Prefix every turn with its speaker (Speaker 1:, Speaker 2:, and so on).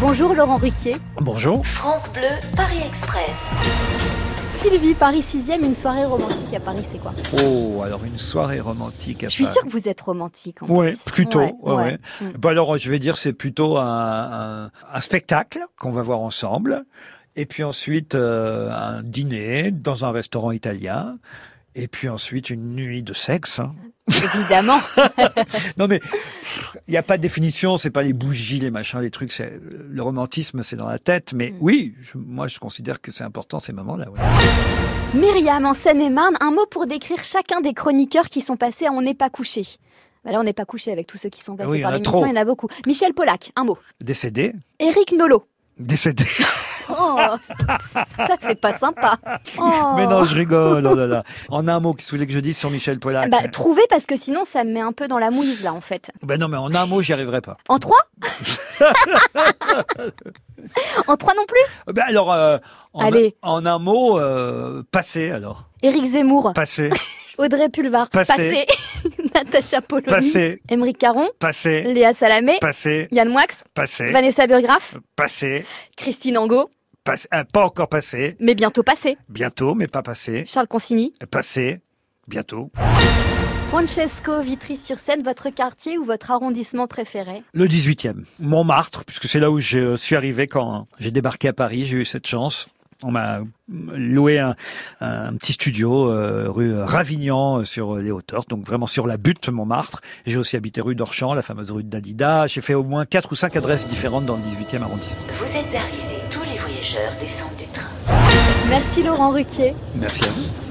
Speaker 1: Bonjour Laurent Ruquier.
Speaker 2: Bonjour.
Speaker 3: France Bleu, Paris Express.
Speaker 1: Sylvie, Paris 6ème, une soirée romantique à Paris, c'est quoi
Speaker 2: Oh, alors une soirée romantique à
Speaker 1: Je suis
Speaker 2: Paris.
Speaker 1: sûre que vous êtes romantique en
Speaker 2: Ouais,
Speaker 1: plus.
Speaker 2: plutôt.
Speaker 1: Ouais,
Speaker 2: ouais, ouais.
Speaker 1: ouais. Mm.
Speaker 2: Bah alors, je vais dire, c'est plutôt un, un- un spectacle qu'on va voir ensemble, et puis ensuite euh, un dîner dans un restaurant italien, et puis ensuite une nuit de sexe. hein.
Speaker 1: Évidemment.
Speaker 2: Non mais pff, il n'y a pas de définition, c'est pas les bougies, les machins, les trucs. C'est le romantisme, c'est dans la tête.
Speaker 1: Mm.
Speaker 2: Mais oui, je- moi je considère que c'est important ces moments-là. ouais.
Speaker 1: Myriam, en Seine-et-Marne, un mot pour décrire chacun des chroniqueurs qui sont passés à On n'est pas couché. Bah là, on n'est pas couché avec tous ceux qui sont passés
Speaker 2: Ah oui, il y
Speaker 1: par
Speaker 2: en a
Speaker 1: l'émission,
Speaker 2: trop.
Speaker 1: il y en a beaucoup. Michel Polac, un mot.
Speaker 2: Décédé,
Speaker 1: Éric Nolot.
Speaker 2: décédé.
Speaker 1: Oh, ça, c'est pas sympa. Oh.
Speaker 2: Mais non, je rigole. oh là là. En un mot, qu'est-ce que vous voulez que je dise sur Michel Pollack
Speaker 1: Bah, trouvez parce que sinon, ça me met un peu dans la mouise, là, en fait.
Speaker 2: Ben non, mais en un mot, j'y arriverai pas.
Speaker 1: En trois En trois non plus
Speaker 2: Ben alors, euh, en,
Speaker 1: Allez.
Speaker 2: en un mot, euh, passé alors.
Speaker 1: Éric Zemmour,
Speaker 2: Passé,
Speaker 1: Audrey Pulvar,
Speaker 2: Passé.
Speaker 1: Natacha Polony,
Speaker 2: passé,
Speaker 1: Émeric Caron,
Speaker 2: passé,
Speaker 1: Léa Salamé,
Speaker 2: passé,
Speaker 1: Yann Moix,
Speaker 2: passé,
Speaker 1: Vanessa Burgraff,
Speaker 2: passé,
Speaker 1: Christine Angot,
Speaker 2: passé, ah, pas encore passé,
Speaker 1: mais bientôt passé,
Speaker 2: bientôt, mais pas passé,
Speaker 1: Charles Consigny,
Speaker 2: passé, bientôt.
Speaker 1: Francesco Vitry-sur-Seine, votre quartier ou votre arrondissement préféré
Speaker 2: Le 18e, Montmartre, puisque c'est là où je suis arrivé quand j'ai débarqué à Paris, j'ai eu cette chance. On m'a loué un, un petit studio euh, rue Ravignan euh, sur les hauteurs, donc vraiment sur la butte Montmartre. J'ai aussi habité rue d'Orchamps, la fameuse rue d'Adida. J'ai fait au moins quatre ou cinq adresses différentes dans le 18e arrondissement.
Speaker 3: Vous êtes arrivés, tous les voyageurs descendent du train.
Speaker 1: Merci Laurent Ruquier.
Speaker 2: Merci à vous.